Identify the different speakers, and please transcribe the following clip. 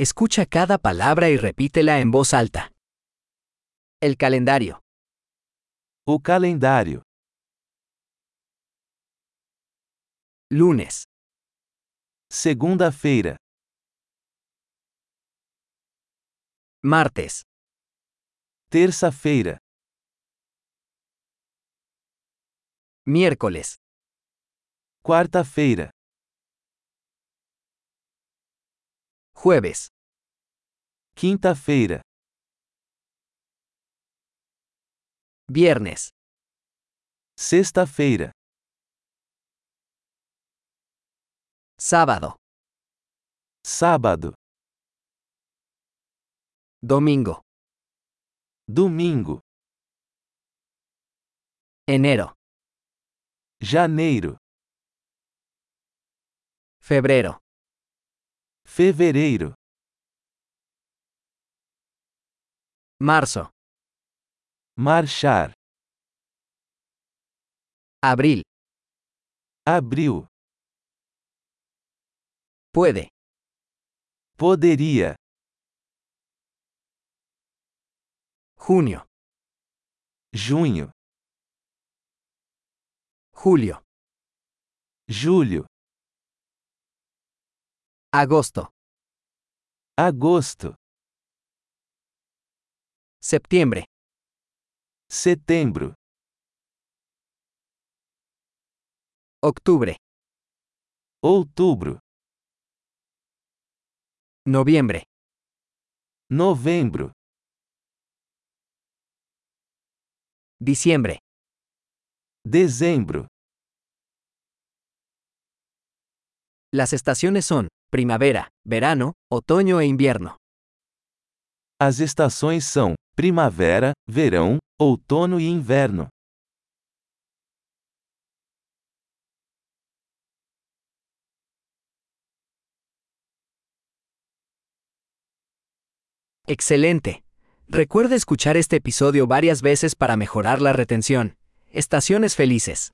Speaker 1: Escucha cada palabra y repítela en voz alta. El calendario,
Speaker 2: O calendário:
Speaker 1: lunes,
Speaker 2: segunda-feira,
Speaker 1: martes,
Speaker 2: terça-feira,
Speaker 1: miércoles,
Speaker 2: quarta-feira,
Speaker 1: jueves,
Speaker 2: quinta-feira,
Speaker 1: viernes,
Speaker 2: sexta-feira,
Speaker 1: sábado,
Speaker 2: sábado,
Speaker 1: domingo,
Speaker 2: domingo,
Speaker 1: enero,
Speaker 2: janeiro,
Speaker 1: febrero,
Speaker 2: fevereiro,
Speaker 1: marzo,
Speaker 2: marchar,
Speaker 1: abril,
Speaker 2: abril,
Speaker 1: puede,
Speaker 2: poderia,
Speaker 1: junio,
Speaker 2: junho,
Speaker 1: julio,
Speaker 2: julho,
Speaker 1: agosto,
Speaker 2: agosto,
Speaker 1: septiembre,
Speaker 2: setembro,
Speaker 1: octubre,
Speaker 2: outubro,
Speaker 1: noviembre,
Speaker 2: novembro,
Speaker 1: diciembre,
Speaker 2: dezembro.
Speaker 1: las estaciones son primavera, verano, otoño e invierno.
Speaker 2: As estações são primavera, verão, outono e inverno.
Speaker 1: Excelente. Recuerda escuchar este episodio varias veces para mejorar la retención. Estaciones felices.